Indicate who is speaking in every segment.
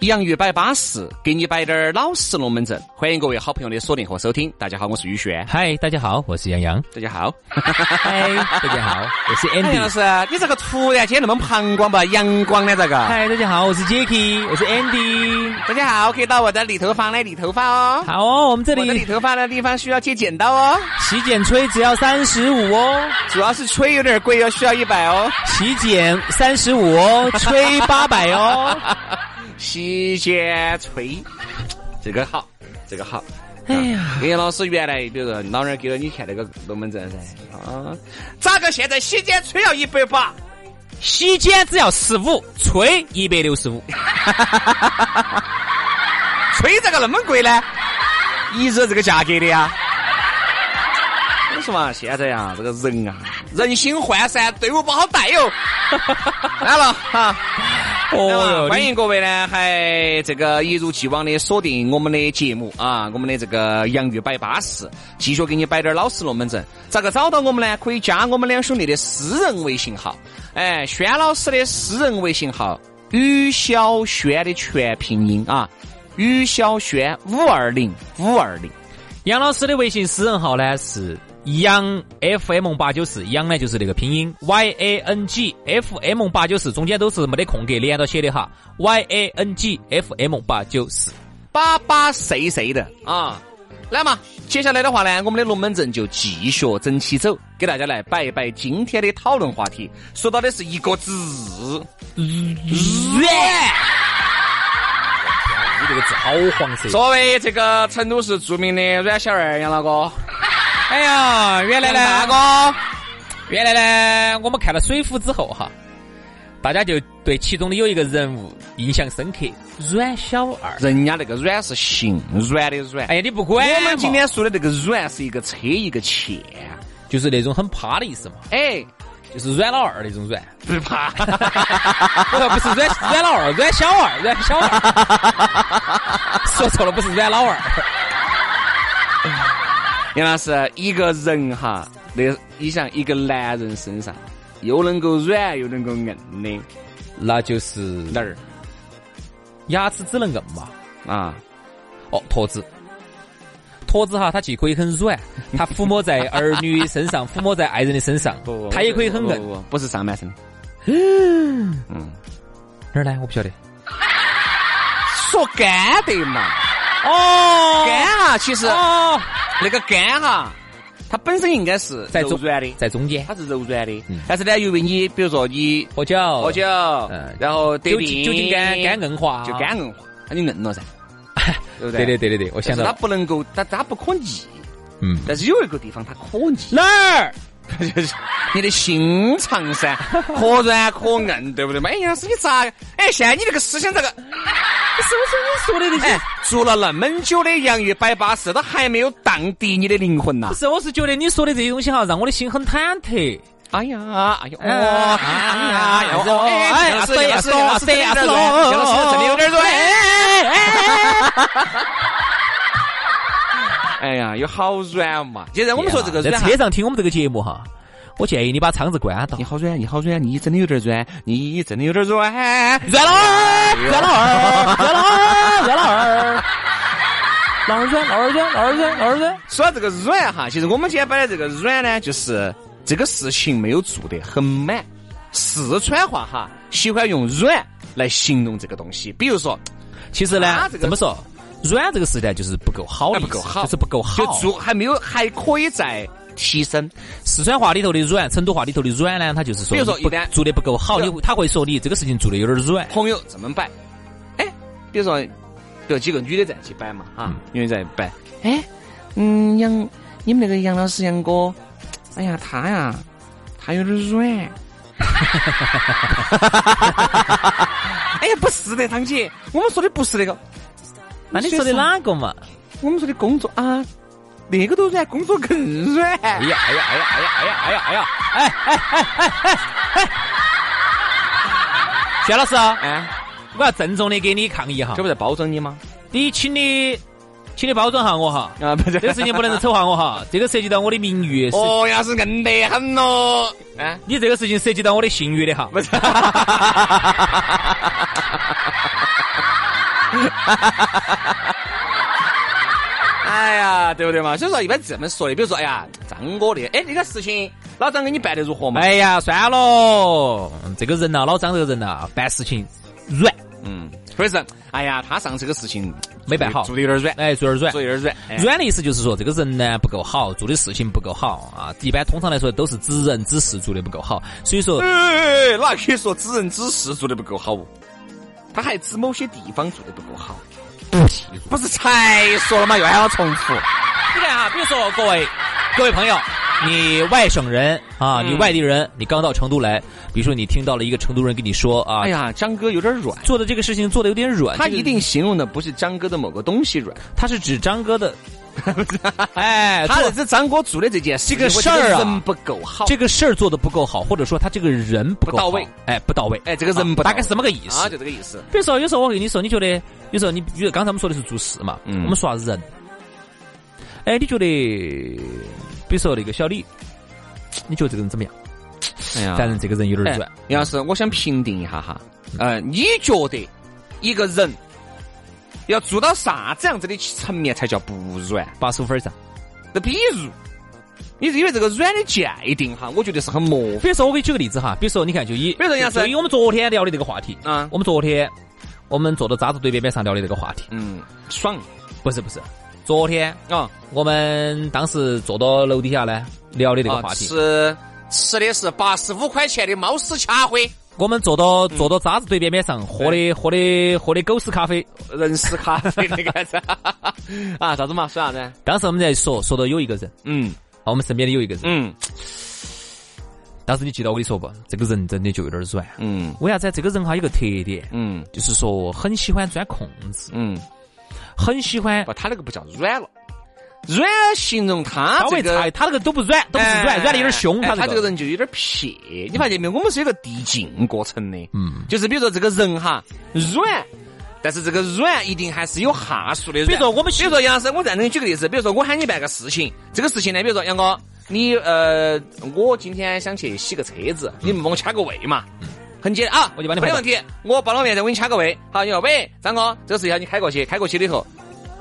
Speaker 1: 洋芋摆巴适，给你摆点儿老实龙门阵。欢迎各位好朋友的锁定和收听。大家好，我是宇轩。
Speaker 2: 嗨，大家好，我是杨洋。
Speaker 1: 大家 好，
Speaker 2: 嗨，大家好，我是
Speaker 1: 哎，杨老
Speaker 2: Andy。
Speaker 1: 师，你这个突然间那么膀胱吧，阳光呢？这个。
Speaker 2: 嗨，大家好，我是 Jacky，我是 Andy。
Speaker 1: 大家好，可以到我的理头房来理头发哦。
Speaker 2: 好哦，我们这
Speaker 1: 我的理
Speaker 2: 里
Speaker 1: 头发的地方需要接剪刀哦，
Speaker 2: 洗剪吹只要三十五哦，
Speaker 1: 主要是吹有点贵哦，需要一百哦。
Speaker 2: 洗剪三十五哦，吹八百哦。
Speaker 1: 洗剪吹，这个好，这个好。
Speaker 2: 哎呀，
Speaker 1: 哎，老师原来比如说老人给了你看那个龙门阵噻，啊，咋个现在洗剪吹要一百八？
Speaker 2: 洗剪只要十五，吹一百六十五。
Speaker 1: 吹咋个那么贵呢？一直这个价格的呀。我说嘛，现在呀，这个人啊，人心涣散，队伍不好带哟。 来了哈，
Speaker 2: 哦
Speaker 1: 来嘛
Speaker 2: 哟，
Speaker 1: 欢迎各位呢，还这个一如既往的锁定我们的节目啊，我们的这个洋芋摆巴士，继续给你摆点老实龙门阵。咋个找到我们呢？可以加我们两兄弟的私人微信号，哎，轩老师的私人微信号，于小轩的全拼音啊，于小轩五二零五二零。
Speaker 2: 杨老师的微信私人号呢是杨 FM 八九四，杨呢就是那个拼音 Y A N G F M 八九四，中间都是没得空格连到写的哈，Y A N G F M 八九四。
Speaker 1: 巴巴谁谁的啊。来嘛，接下来的话呢，我们的龙门阵就继续整起走，给大家来摆一摆今天的讨论话题。说到的是一个字，软。
Speaker 2: 你这个字好黄色。
Speaker 1: 作为这个成都市著名的阮小二杨老哥，
Speaker 2: 哎呀，原来
Speaker 1: 大
Speaker 2: 呢，
Speaker 1: 哥，
Speaker 2: 原来呢，我们看了《水浒》之后哈，大家就对其中的有一个人物印象深刻，阮小二。
Speaker 1: 人家那个软是姓阮的阮。
Speaker 2: 哎呀，你不管
Speaker 1: 我们今
Speaker 2: 嘛
Speaker 1: 天说的这个软是一个车一个欠，
Speaker 2: 就是那种很趴的意思嘛，
Speaker 1: 哎，
Speaker 2: 就是阮老二那种阮。
Speaker 1: 不 怕。
Speaker 2: 不不 是阮阮老二，阮小二，阮小二， 说错了，不是阮老二。
Speaker 1: 杨老师，一个人哈，那你想一个男人身上又能够软又能够硬的
Speaker 2: 那就是
Speaker 1: 哪儿
Speaker 2: 牙齿只能硬嘛？
Speaker 1: 啊？
Speaker 2: 哦，驼子。驼子哈，它既可以很软，它抚摸在儿女身上， 抚摸在爱人的身上，它也可以很硬。
Speaker 1: 不，嗯不是上半 身。
Speaker 2: 哪儿呢？我不晓得。
Speaker 1: 说干的嘛，
Speaker 2: 哦
Speaker 1: 干哈，其实
Speaker 2: 哦，
Speaker 1: 那个干哈，它本身应该是
Speaker 2: 在
Speaker 1: 柔
Speaker 2: 中
Speaker 1: 软的，
Speaker 2: 在中间
Speaker 1: 它是柔软的
Speaker 2: 嗯。
Speaker 1: 但是呢，由于你比如说你
Speaker 2: 喝酒，
Speaker 1: 喝酒
Speaker 2: 嗯，
Speaker 1: 然后得
Speaker 2: 酒
Speaker 1: 病，
Speaker 2: 精酒精肝肝硬化，
Speaker 1: 就肝。硬化，它就硬了噻，对不对？
Speaker 2: 对对对对对，
Speaker 1: 但
Speaker 2: 我想
Speaker 1: 是
Speaker 2: 到
Speaker 1: 它
Speaker 2: 了
Speaker 1: 不能够，它它不可逆。
Speaker 2: 嗯，
Speaker 1: 但是有一个地方它可逆，
Speaker 2: 哪儿？
Speaker 1: 就是 你的心肠噻， 可软可硬，对不对嘛？哎，杨老师，你咋？哎，现在你这个思想这个，
Speaker 2: 是不是你说的那
Speaker 1: 哎
Speaker 2: 些？，
Speaker 1: 做了那么久的洋芋摆巴士，都还没有荡涤你的灵魂呐
Speaker 2: 不！是，我是觉得你说的这些东西哈，让我的心很忐忑。
Speaker 1: 哎呀， 哎呦，哎
Speaker 2: 哦
Speaker 1: 呀，
Speaker 2: 哎呀
Speaker 1: 哎，哎，
Speaker 2: 哎
Speaker 1: 老师，
Speaker 2: 对
Speaker 1: 老师，
Speaker 2: 啊
Speaker 1: 老师，
Speaker 2: 对
Speaker 1: 杨老
Speaker 2: 啊
Speaker 1: 师
Speaker 2: 对啊
Speaker 1: 杨
Speaker 2: 对啊
Speaker 1: 老师哦真的有点软。哎呀，有好软嘛！现在我们哎说这个
Speaker 2: 在
Speaker 1: 软哈，
Speaker 2: 车上听我们这个节目哈，我建议你把窗子关到
Speaker 1: 你。好软，你好软，你真的有点软，你真的有点软，
Speaker 2: 软老二，软老二，软老二，软老二，老二软，老二软，老二软，老二软。
Speaker 1: 说到这个软哈，其实我们今天摆的这个软呢，就是这个事情没有做得很满。四川话哈，喜欢用软来形容这个东西，比如说
Speaker 2: 其实呢
Speaker 1: 啊，这个
Speaker 2: 怎么说？软这个时代就是不够好的
Speaker 1: 还
Speaker 2: 意思，
Speaker 1: 哎不够好，
Speaker 2: 就是不够好。
Speaker 1: 就做还没有，还可以再提升。
Speaker 2: 四川话里头的软，成都话里头的软呢，他就是说，
Speaker 1: 比如说
Speaker 2: 你不
Speaker 1: 一旦
Speaker 2: 做的不够好，
Speaker 1: 对
Speaker 2: 你他会说你这个事情做的有点软。
Speaker 1: 朋友这么摆，哎，比如说，比如几个女的在一起摆嘛，哈，女的在摆，哎，嗯，杨，你们那个杨老师杨哥，哎呀，他呀，他有点软。 哎呀，不是的，堂姐，我们说的不是那个，
Speaker 2: 那你说的哪个嘛？
Speaker 1: 我们说的工作啊，那个都软，工作更软。
Speaker 2: 哎呀哎呀哎呀哎呀哎呀哎呀哎呀！哎哎哎哎哎！薛老师啊，
Speaker 1: 哎，
Speaker 2: 我要郑重的给你抗议哈
Speaker 1: 这，不在包装你吗？
Speaker 2: 你请你请你包装下我哈，
Speaker 1: 啊，不
Speaker 2: 这
Speaker 1: 是
Speaker 2: 个事情不能丑化我哈，这个涉及到我的名誉，是
Speaker 1: 哦，要是硬得很咯，啊，
Speaker 2: 你这个事情涉及到我的信誉的哈。
Speaker 1: 不是，哎呀，对不对嘛？所以说一般这么说的，比如说，哎呀，张哥的，哎，这个事情老张给你办的如何嘛？
Speaker 2: 哎呀，算了，这个人呐、啊老张这个人呐、办事情软，
Speaker 1: 嗯，或者是，哎呀，他上次这个事情
Speaker 2: 没办好
Speaker 1: 做的有点软，
Speaker 2: 哎，做点软
Speaker 1: 做。的有点软，哎
Speaker 2: 软的意思就是说，这个人呢不够好，做的事情不够好啊。一般通常来说都是指人指事做的不够好，所以说
Speaker 1: 哎，那可以说指人指事做的不够好哦，他还指某些地方做的不够好。不是才说了吗？又还要重复。
Speaker 2: 你看啊，比如说各位各位朋友，你外省人啊，
Speaker 1: 嗯
Speaker 2: 你外地人，你刚到成都来，比如说你听到了一个成都人跟你说啊，
Speaker 1: 哎呀，张哥有点软，
Speaker 2: 做的这个事情做的有点软，
Speaker 1: 他
Speaker 2: 这个
Speaker 1: 一定形容的不是张哥的某个东西软，
Speaker 2: 他是指张 哥的，哎，
Speaker 1: 他
Speaker 2: 做
Speaker 1: 这是张哥做的这件事情，
Speaker 2: 这个事儿啊
Speaker 1: 我觉得人不够好。
Speaker 2: 这个事儿做的不够好，或者说他这个人不够
Speaker 1: 不到
Speaker 2: 好
Speaker 1: 位，
Speaker 2: 哎，不到位，
Speaker 1: 哎这个人
Speaker 2: 啊
Speaker 1: 不到
Speaker 2: 大
Speaker 1: 位
Speaker 2: 概是这么个意思
Speaker 1: 啊，。就这个意思。
Speaker 2: 比如说，有时候我跟你说，你觉得，有时候你，比如刚才我们说的是做事嘛，
Speaker 1: 嗯
Speaker 2: 我们说下人，哎，你觉得，比如说那个小李，你觉得这个人怎么样？
Speaker 1: 哎呀
Speaker 2: 反正这个人有点
Speaker 1: 哎
Speaker 2: 软，
Speaker 1: 杨老师，我想评定一下哈，呃，你觉得一个人要做到啥子样子的层面才叫不软？
Speaker 2: 八十五分以上。
Speaker 1: 那比如，你是因为这个软的界定哈，我觉得是很模糊。
Speaker 2: 比如说，我给你举个例子哈，比如说，你看，就以，
Speaker 1: 比如说杨
Speaker 2: 就
Speaker 1: 森
Speaker 2: 以我们昨天聊的这个话题，
Speaker 1: 嗯
Speaker 2: 我们昨天我们坐到渣子堆边边上聊的这个话题，
Speaker 1: 嗯，爽
Speaker 2: 不是不是，昨天
Speaker 1: 啊
Speaker 2: 我们当时坐到楼底下呢聊的这个
Speaker 1: 啊
Speaker 2: 话！题，
Speaker 1: 吃吃的是八十五块钱的猫屎掐灰，
Speaker 2: 我们坐到
Speaker 1: 嗯
Speaker 2: 坐到渣子堆边边上喝
Speaker 1: 哎
Speaker 2: 的喝的喝的狗屎咖啡，
Speaker 1: 人屎咖啡那个啥 啊？啥子嘛？说啥子？
Speaker 2: 当时我们在说说到有一个人，
Speaker 1: 嗯
Speaker 2: 啊，我们身边的有一个人，
Speaker 1: 嗯
Speaker 2: 当时你记得我跟你说不，这个人真的就有点软，
Speaker 1: 嗯
Speaker 2: 为啥子？啊这个人哈有个特点，
Speaker 1: 嗯
Speaker 2: 就是说很喜欢钻空子，
Speaker 1: 嗯，
Speaker 2: 很喜欢
Speaker 1: 不，他那个不叫软了，软形容他
Speaker 2: 稍微
Speaker 1: 这个
Speaker 2: 差，。他那个都不软，都不是
Speaker 1: 哎
Speaker 2: 软，软的有点凶，
Speaker 1: 哎
Speaker 2: 他
Speaker 1: 他
Speaker 2: 这
Speaker 1: 这
Speaker 2: 个
Speaker 1: 个人就有点撇，你发现没有？我们是有个递进过程的，
Speaker 2: 嗯
Speaker 1: 就是比如说这个人哈软，但是这个软一定还是有哈数的软。
Speaker 2: 比如说我们
Speaker 1: 比如说杨老师，我再给你举个例子，比如说我喊你办个事情，这个事情呢，比如说杨哥，你呃，我今天想去洗个车子，你们帮我掐个位嘛。很简单啊，
Speaker 2: 嗯我就帮你
Speaker 1: 没得
Speaker 2: 换
Speaker 1: 问题。我包了面再给你掐个位。好，你说喂，张哥，这个事情要你开过去，开过去了以后，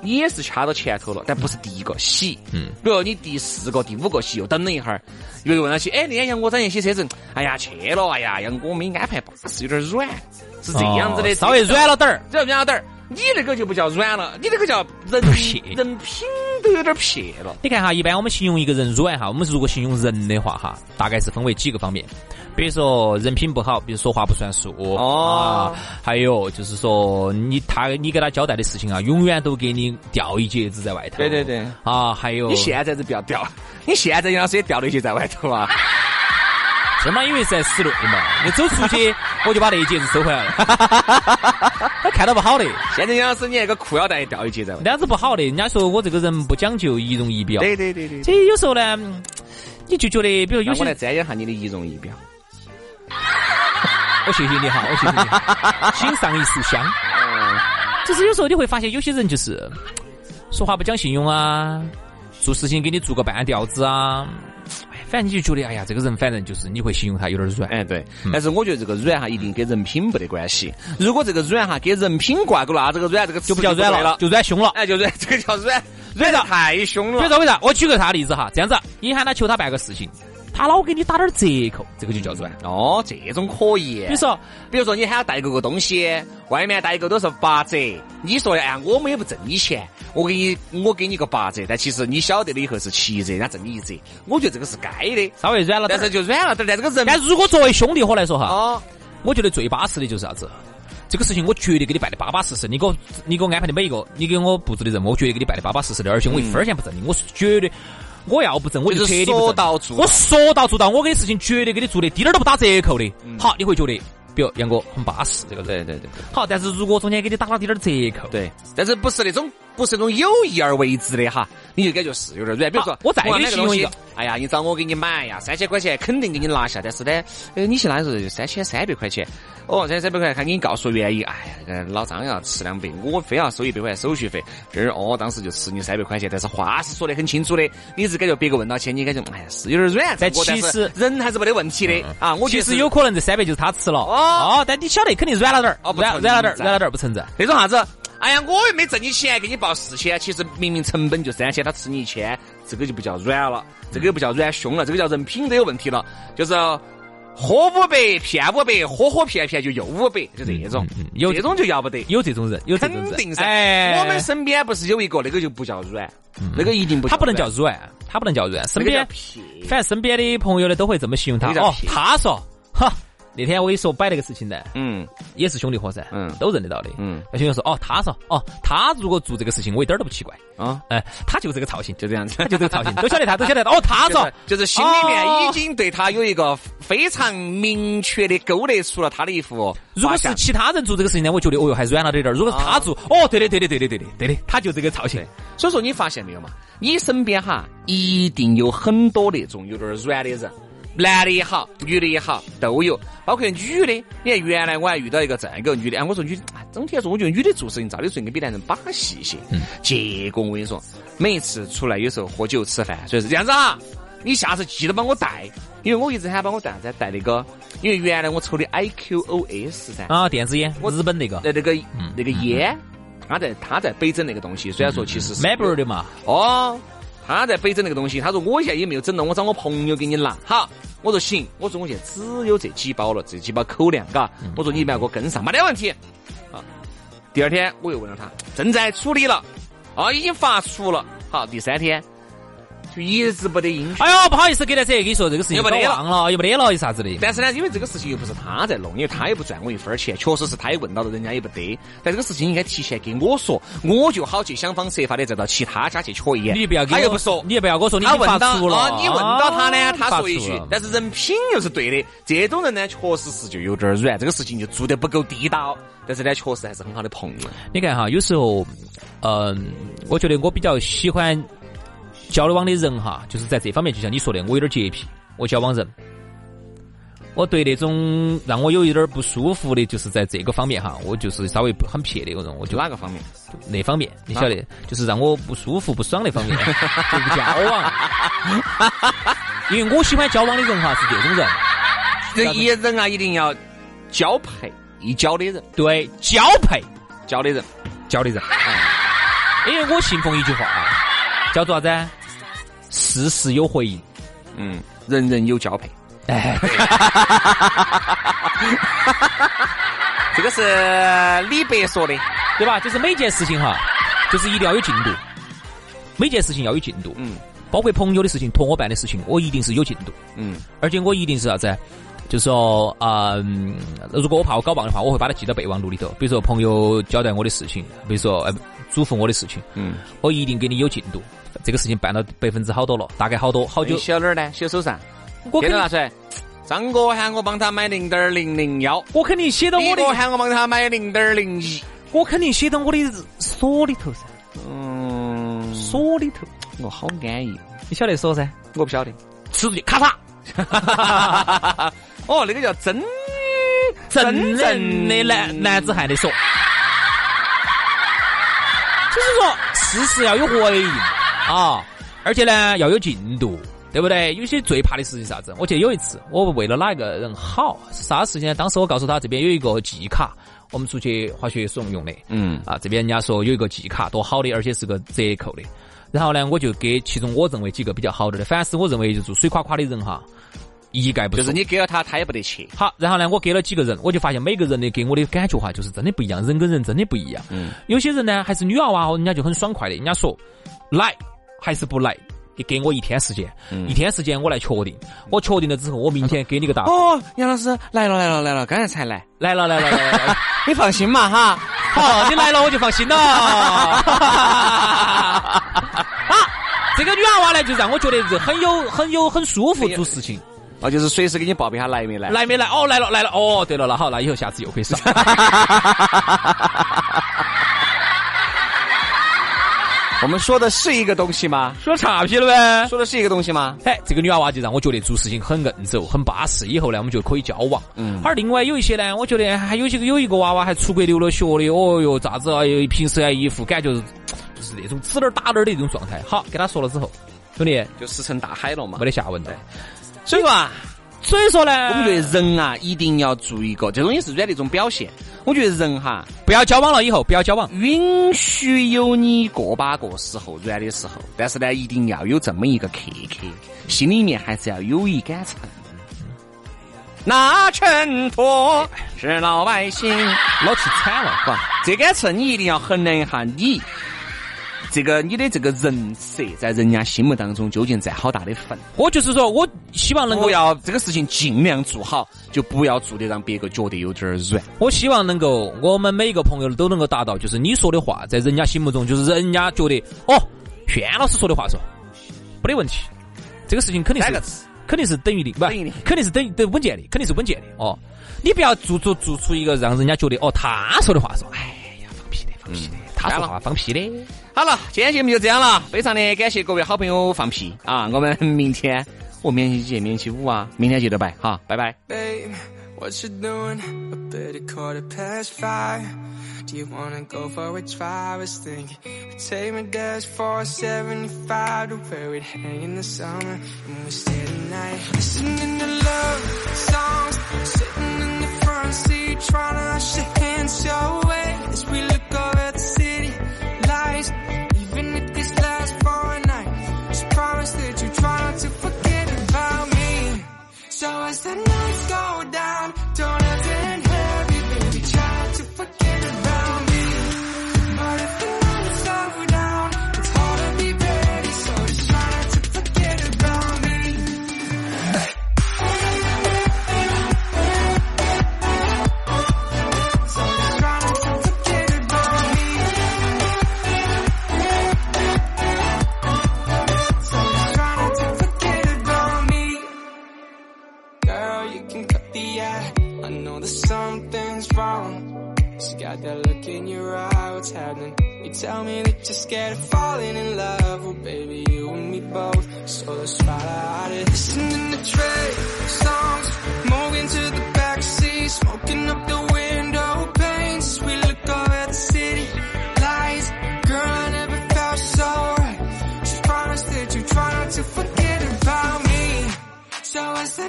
Speaker 1: 你也是掐到前头了，但不是第一个洗。
Speaker 2: 嗯，
Speaker 1: 比如你第四个、第五个洗，又等了一会儿，又问到起，哎，那天杨哥找人洗车子，哎呀去了，哎呀，杨哥没安排巴适，有点软，是这样子的，
Speaker 2: 哦稍微软了点儿。
Speaker 1: 这不叫点儿，你那个就不叫软了，你那个叫人
Speaker 2: 撇
Speaker 1: 人品都有点撇了。
Speaker 2: 你看哈，一般我们形容一个人软哈，我们如果形容人的话哈，大概是分为几个方面，比如说人品不好，比如说话不算数
Speaker 1: 哦
Speaker 2: 啊，还有就是说你他你给他交代的事情啊，永远都给你掉一截子在外头。
Speaker 1: 对对对
Speaker 2: 啊，还有
Speaker 1: 你现在是不要掉，你现在杨老师也掉了一些在外头啊。
Speaker 2: 这嘛，因为是在室内嘛，你走出去我就把那一截子收回来了，他看到不好的，
Speaker 1: 现在杨老师你那个裤腰带也掉一截在外
Speaker 2: 人
Speaker 1: 头。
Speaker 2: 家是不好的，人家说我这个人不讲究仪容仪表，
Speaker 1: 对对对对。
Speaker 2: 这有时候呢，嗯你就觉得比如有
Speaker 1: 那
Speaker 2: 些
Speaker 1: 我来瞻仰下你的仪容仪表。
Speaker 2: 我谢谢你哈，我谢谢你哈，请上一束香。
Speaker 1: 啊
Speaker 2: 就是有时候你会发现，有些人就是嗯说话不讲信用啊，做事情给你做个半吊子啊，哎反正你就觉得哎呀，这个人反正就是你会形容他有点软。
Speaker 1: 哎，对，但是我觉得这个软哈一定跟人品没得关系。如果这个软哈跟人品挂钩了，那啊这个软这个词
Speaker 2: 就不叫
Speaker 1: 对
Speaker 2: 软了，
Speaker 1: 了。
Speaker 2: 就软凶了。
Speaker 1: 哎，就软，这个 叫软，软的太凶
Speaker 2: 比如
Speaker 1: 了。
Speaker 2: 说，为啥？我举个他的例子哈，这样子，你喊他求他办个事情，他老给你打点折扣，这个就叫赚。
Speaker 1: 哦，这种可以。
Speaker 2: 比如说，
Speaker 1: 比如说你喊他代购个东西，外面代购都是八折，你说哎，我们也不挣你钱，我给你我给你个八折，但其实你晓得了以后是七折，人家挣你一折，我觉得这个是该的，
Speaker 2: 稍微软了
Speaker 1: 但
Speaker 2: 点
Speaker 1: 是
Speaker 2: 儿。
Speaker 1: 就软了点儿，但这个人
Speaker 2: 但如果作为兄弟伙来说哈，
Speaker 1: 哦，
Speaker 2: 我觉得最巴适的就是啥子？这个事情我绝对给你办的巴巴适适，你给我你给我安排的每一个，你给我布置的任务，我绝对给你办的巴巴适适的，而且我一分儿钱不挣你，我是绝对。我要不挣，我就
Speaker 1: 就是
Speaker 2: 彻底不挣
Speaker 1: 说到做到
Speaker 2: 我说到做到，我给你事情绝对给你做的滴点儿都不打折扣的。好，你会觉得，比如杨哥很巴适这个人。
Speaker 1: 嗯对对对
Speaker 2: 好，但是如果中间给你打了滴点儿折扣，，
Speaker 1: 对，但是不是那种不是那种有意而为之的哈，你就感觉是有点软。比如说
Speaker 2: 好，啊我再给你
Speaker 1: 同样买东
Speaker 2: 形
Speaker 1: 西
Speaker 2: 容一个，
Speaker 1: 哎呀，你找我给你买呀，三千块钱肯定给你拿下，但是呢，呃，你去那时候就三千三百块钱，哦，三千三百块钱，他给你告诉原因，哎呀，呃老张要吃两百，我非要收一百块钱手续费，这儿哦，当时就吃你三百块钱，但是话是说得很清楚的，你是感觉别个问到钱，你感觉哎呀是有点软，
Speaker 2: 但
Speaker 1: 我
Speaker 2: 其
Speaker 1: 是
Speaker 2: 实
Speaker 1: 人还是没得问题的啊，我觉
Speaker 2: 其
Speaker 1: 得
Speaker 2: 实
Speaker 1: 是
Speaker 2: 有可能这三百就是他吃了。
Speaker 1: 哦
Speaker 2: 哦，但你晓得肯定软了点儿
Speaker 1: 哦，不
Speaker 2: 软
Speaker 1: 存
Speaker 2: 软了点儿，
Speaker 1: 在
Speaker 2: 软了点儿不存在。
Speaker 1: 那种啥子？哎呀，我又没挣你钱，给你报四千，其实明明成本就三千，他吃你一千，这个就不叫软了，这个不叫软凶了，这个叫人品都有问题了，就是喝五百骗五百，喝喝骗骗就又五百，就这种，
Speaker 2: 嗯嗯有
Speaker 1: 这种就要不得。
Speaker 2: 有这种人，有这
Speaker 1: 肯
Speaker 2: 种人，
Speaker 1: 定噻，
Speaker 2: 哎，嗯
Speaker 1: 我们身边不是有一个那个就不叫软，那个一定不，
Speaker 2: 他不能叫，软，他不能叫软。身
Speaker 1: 那个叫
Speaker 2: 边
Speaker 1: 撇，
Speaker 2: 反正身边的朋友呢，都会这么形容他
Speaker 1: 那。个叫
Speaker 2: 哦
Speaker 1: 屁，
Speaker 2: 他说，哈，那天我跟你说摆那个事情呢，
Speaker 1: 嗯
Speaker 2: 也是兄弟伙噻，
Speaker 1: 嗯
Speaker 2: 都认得到的。
Speaker 1: 嗯
Speaker 2: 那兄弟说，哦，他说，哦，他如果做这个事情，我一点儿都不奇怪。
Speaker 1: 啊，
Speaker 2: 哎，他就这个操性，
Speaker 1: 就这样子
Speaker 2: 他。就这个操性，都晓得他，都晓得他。哦，他
Speaker 1: 就
Speaker 2: 说
Speaker 1: 是，就是心里面已
Speaker 2: 哦
Speaker 1: 经对他有一个非常明确的勾勒出了他的一副画像。
Speaker 2: 如果是其他人做这个事情呢，我觉得哦哟还软了点儿。如果是他做，哦，对的，对的，对的，对的，对的，他就这个操性。
Speaker 1: 所以说，你发现没有嘛？你身边哈，一定有很多那种有点儿软的人，男的也好，女的也好，都有，包括女的。你看，原来我还遇到一个这样一个女的，哎，我说女的，哎整体来说，我觉得女的做事情照理说应该比男人把戏些。
Speaker 2: 嗯
Speaker 1: 结果我跟你说，每一次出来有时候喝酒吃饭，所以是这样子啊，你下次记得帮我带，因为我一直喊帮我带啥子啊，带那个，因为原来我抽的 IQOS 噻，
Speaker 2: 啊，嗯电子烟，
Speaker 1: 我
Speaker 2: 日本那个
Speaker 1: 那那个那个烟，
Speaker 2: 嗯
Speaker 1: 他在他在北整那个东西，虽然说其实是
Speaker 2: m a r b o r 嗯的嘛，
Speaker 1: 哦，他在北整那个东西，他说我现在也没有整了，我找我朋友给你拿。好，我说行，我说我现在只有这几包了，这几包口粮，嘎，
Speaker 2: 嗯
Speaker 1: 我说你不要给我跟上，没得问题。啊，第二天我又问了他，正在处理了，啊，已经发出了。好，第三天就一直没得音讯。
Speaker 2: 哎呦，不好意思，给大家跟你说这个事情，
Speaker 1: 又没得了
Speaker 2: 忘了，又没得了，有啥子的？
Speaker 1: 但是呢，因为这个事情又不是他在弄，因为他也不赚我一分儿钱，确实是他也问到了，人家也不得。但这个事情应该提前跟我说，我就好去想方设法的再到其他家去扯一眼。
Speaker 2: 你不要给我，
Speaker 1: 他又不说，
Speaker 2: 你也不要跟我说，你已
Speaker 1: 他
Speaker 2: 经
Speaker 1: 问
Speaker 2: 发
Speaker 1: 到
Speaker 2: 出了。
Speaker 1: 哦你问到他
Speaker 2: 啊
Speaker 1: 呢，他
Speaker 2: 发
Speaker 1: 说一句
Speaker 2: 出了，
Speaker 1: 但是人品又是对的，这种人呢，确实是就有点儿软，这个事情就做得不够地道，但是呢，确实还是很好的朋友。
Speaker 2: 你看哈，有时候，嗯、我觉得我比较喜欢交往的人哈，就是在这方面，就像你说的，我有点洁癖，我交往人，我对那种让我有一点儿不舒服的，就是在这个方面哈，我就是稍微不很撇的那种，我就
Speaker 1: 哪个方面？
Speaker 2: 那方面，你晓得，就是让我不舒服、不爽那方面，就不交往。 因为我喜欢交往的人哈是这种人，
Speaker 1: 人一人啊，一定要交配，一交的人，
Speaker 2: 对交配
Speaker 1: 交的人，
Speaker 2: 交的人，哎因为我信奉一句话啊，叫做啥子啊？事事有回应。
Speaker 1: 嗯，人人有交配。
Speaker 2: 哎，
Speaker 1: 这个是李白说的，
Speaker 2: 对吧？就是每件事情哈，就是一定要有进度，每件事情要有进度，
Speaker 1: 嗯
Speaker 2: 包括朋友的事情、托我办的事情，我一定是有进度，
Speaker 1: 嗯，
Speaker 2: 而且我一定是啥子啊？就是说，啊嗯，如果我怕我搞忘的话，我会把它记到备忘录里头。比如说朋友交代我的事情，比如说呃嘱咐我的事情，
Speaker 1: 嗯，
Speaker 2: 我一定给你有进度。这个事情办到百分之好多了，大概好多好久
Speaker 1: 你，哎写哪儿呢？写手上，
Speaker 2: 我
Speaker 1: 给
Speaker 2: 肯
Speaker 1: 他拿
Speaker 2: 定
Speaker 1: 出来。张哥喊我帮他买零点零零幺，
Speaker 2: 我肯定写到
Speaker 1: 李
Speaker 2: 我的
Speaker 1: 哥，喊我帮他买零点零一。
Speaker 2: 我肯定写到我的锁里头噻，
Speaker 1: 嗯，
Speaker 2: 锁里头，
Speaker 1: 我好安逸。
Speaker 2: 你晓得锁噻，
Speaker 1: 我不晓得。
Speaker 2: 吃出去咔嚓。
Speaker 1: 哦，那个叫真
Speaker 2: 真正的男男子汉的说，就是说事实要有回应啊，而且呢要有进度，对不对？有些最怕的事情是啥子？我记得有一次，我为了哪一个人好，是啥事情呢？当时我告诉他这边有一个季卡，我们出去滑雪所用的，
Speaker 1: 嗯
Speaker 2: 啊，这边人家说有一个季卡多好的，而且是个折扣的。然后呢，我就给其中我认为几个比较好的的，凡是我认为就是水垮垮的人哈，一概不
Speaker 1: 就
Speaker 2: 说
Speaker 1: 是。你给了他，他也不得去。
Speaker 2: 好，然后呢，我给了几个人，我就发现每个人的给我的感觉哈，就是真的不一样，人跟人真的不一样。
Speaker 1: 嗯，
Speaker 2: 有些人呢还是女娃娃，哦，人家就很爽快的，人家说来还是不来，给给我一天时间，
Speaker 1: 嗯
Speaker 2: 一天时间我来确定。我确定了之后，我明天给你个答复。
Speaker 1: 哦，杨老师来了来了来了，刚才才来，
Speaker 2: 来了来了来了，来了
Speaker 1: 你放心嘛哈。
Speaker 2: 好，哦你来了我就放 心了。啊，这个女娃娃呢，就让我觉得是很有很有很舒服做事情。
Speaker 1: 哦，就是随时给你报备一下来没来。
Speaker 2: 来没来？哦，来了来了。哦，对了，那好，那以后下次又可 以上。
Speaker 1: 我们说的是一个东西吗？
Speaker 2: 说岔皮了呗。
Speaker 1: 说的是一个东西吗？
Speaker 2: 哎，这个女娃娃就让我觉得做事情很硬走，很巴适。以后呢，我们就可以交往。嗯。而另外有一些呢，我觉得还有些有一个娃娃还出国留了学的，哦哟，咋子啊？又平时啊一副感觉是就是那种指哪儿打哪儿的那种状态。好，跟他说了之后，兄弟
Speaker 1: 就石沉大海了嘛
Speaker 2: 没。得下文了。
Speaker 1: 所以说啊，
Speaker 2: 所以说呢，
Speaker 1: 我们觉得人啊，一定要做一个，这种也是软的一种表现。我觉得人哈，
Speaker 2: 不要交往了，以后不要交往。
Speaker 1: 允许有你过把过时候软的时候，但是呢，一定要有这么一个刻刻，心里面还是要有一杆秤。那秤砣是老百姓，
Speaker 2: 老气惨了，
Speaker 1: 不，这杆秤你一定要衡量一下你这个你的这个人设，在人家心目当中究竟占好大的份。
Speaker 2: 我就是说我希望能够
Speaker 1: 不，要这个事情尽量做好，就不要做得让别个觉得有点儿软。
Speaker 2: 我希望能够我们每一个朋友都能够达到，就是你说的话，在人家心目中就是人家觉得哦，轩老师说的话说没得问题，这个事情肯定
Speaker 1: 三个
Speaker 2: 是
Speaker 1: 字
Speaker 2: 肯定是等于零，不
Speaker 1: 等于零，
Speaker 2: 肯定是等于等于稳健的，肯定是稳健的哦。你不要做做做出一个让人家觉得哦，他说的话说，哎呀，放屁的放屁的，他说
Speaker 1: 嗯来了
Speaker 2: 话放屁的。
Speaker 1: 好了，今天节目就这样了，非常的感谢各位好朋友放屁啊！我们明天我明天见，明天五啊，明天接着拜哈，拜拜。
Speaker 3: Babe, what you doing? Up at a quarter past five. Do you wanna go for a drive? I was thinking, I'd take my dash for 75 to where it hang in the summer. And we stay the night. Listening to love songs, sitting in the front seat, trying to shake hands your way as we look over at the city lights. Even if this lasts for a night, just promise that you try not to forget about me. So as the nights go down, don't have to heavy, baby. Try to forget about me. But if the nights slow down, it's hard to be ready. So just try not to forget about me. So just try not to forget about me. So just try not to forget about me. Girl, you can cut the act. I know that something's wrong. She got that look in your eye, what's happening? You tell me that you're scared of falling in love. Well, baby, you and me both. So let's try to hide it. Listening to Trey songs, moving to the backseat, smoking up the window panes. as We look over at the city lights. Girl, I never felt so right. Just promise that you try not to forget about me. So as the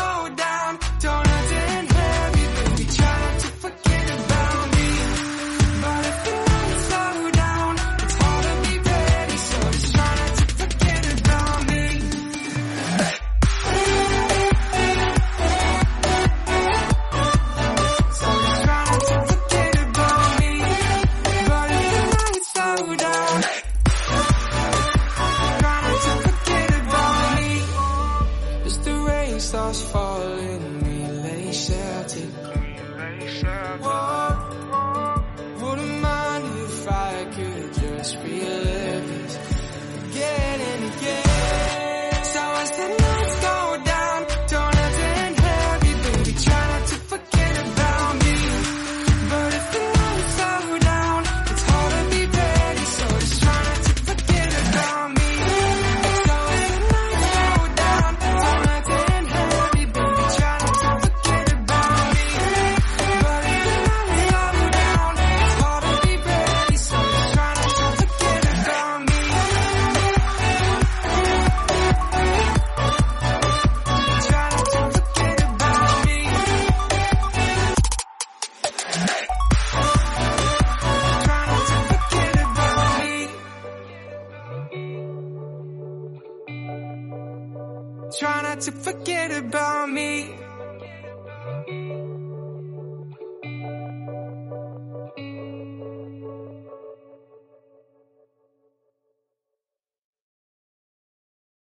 Speaker 3: go down, don't have to have you, baby. Try not to forget about me. But if the nights slow down, it's hard to be ready. So just try not to forget about me. So just try not to forget about me. But if the nights slow down, try not to forget about me. As the rain starts falling. Try not to forget about me.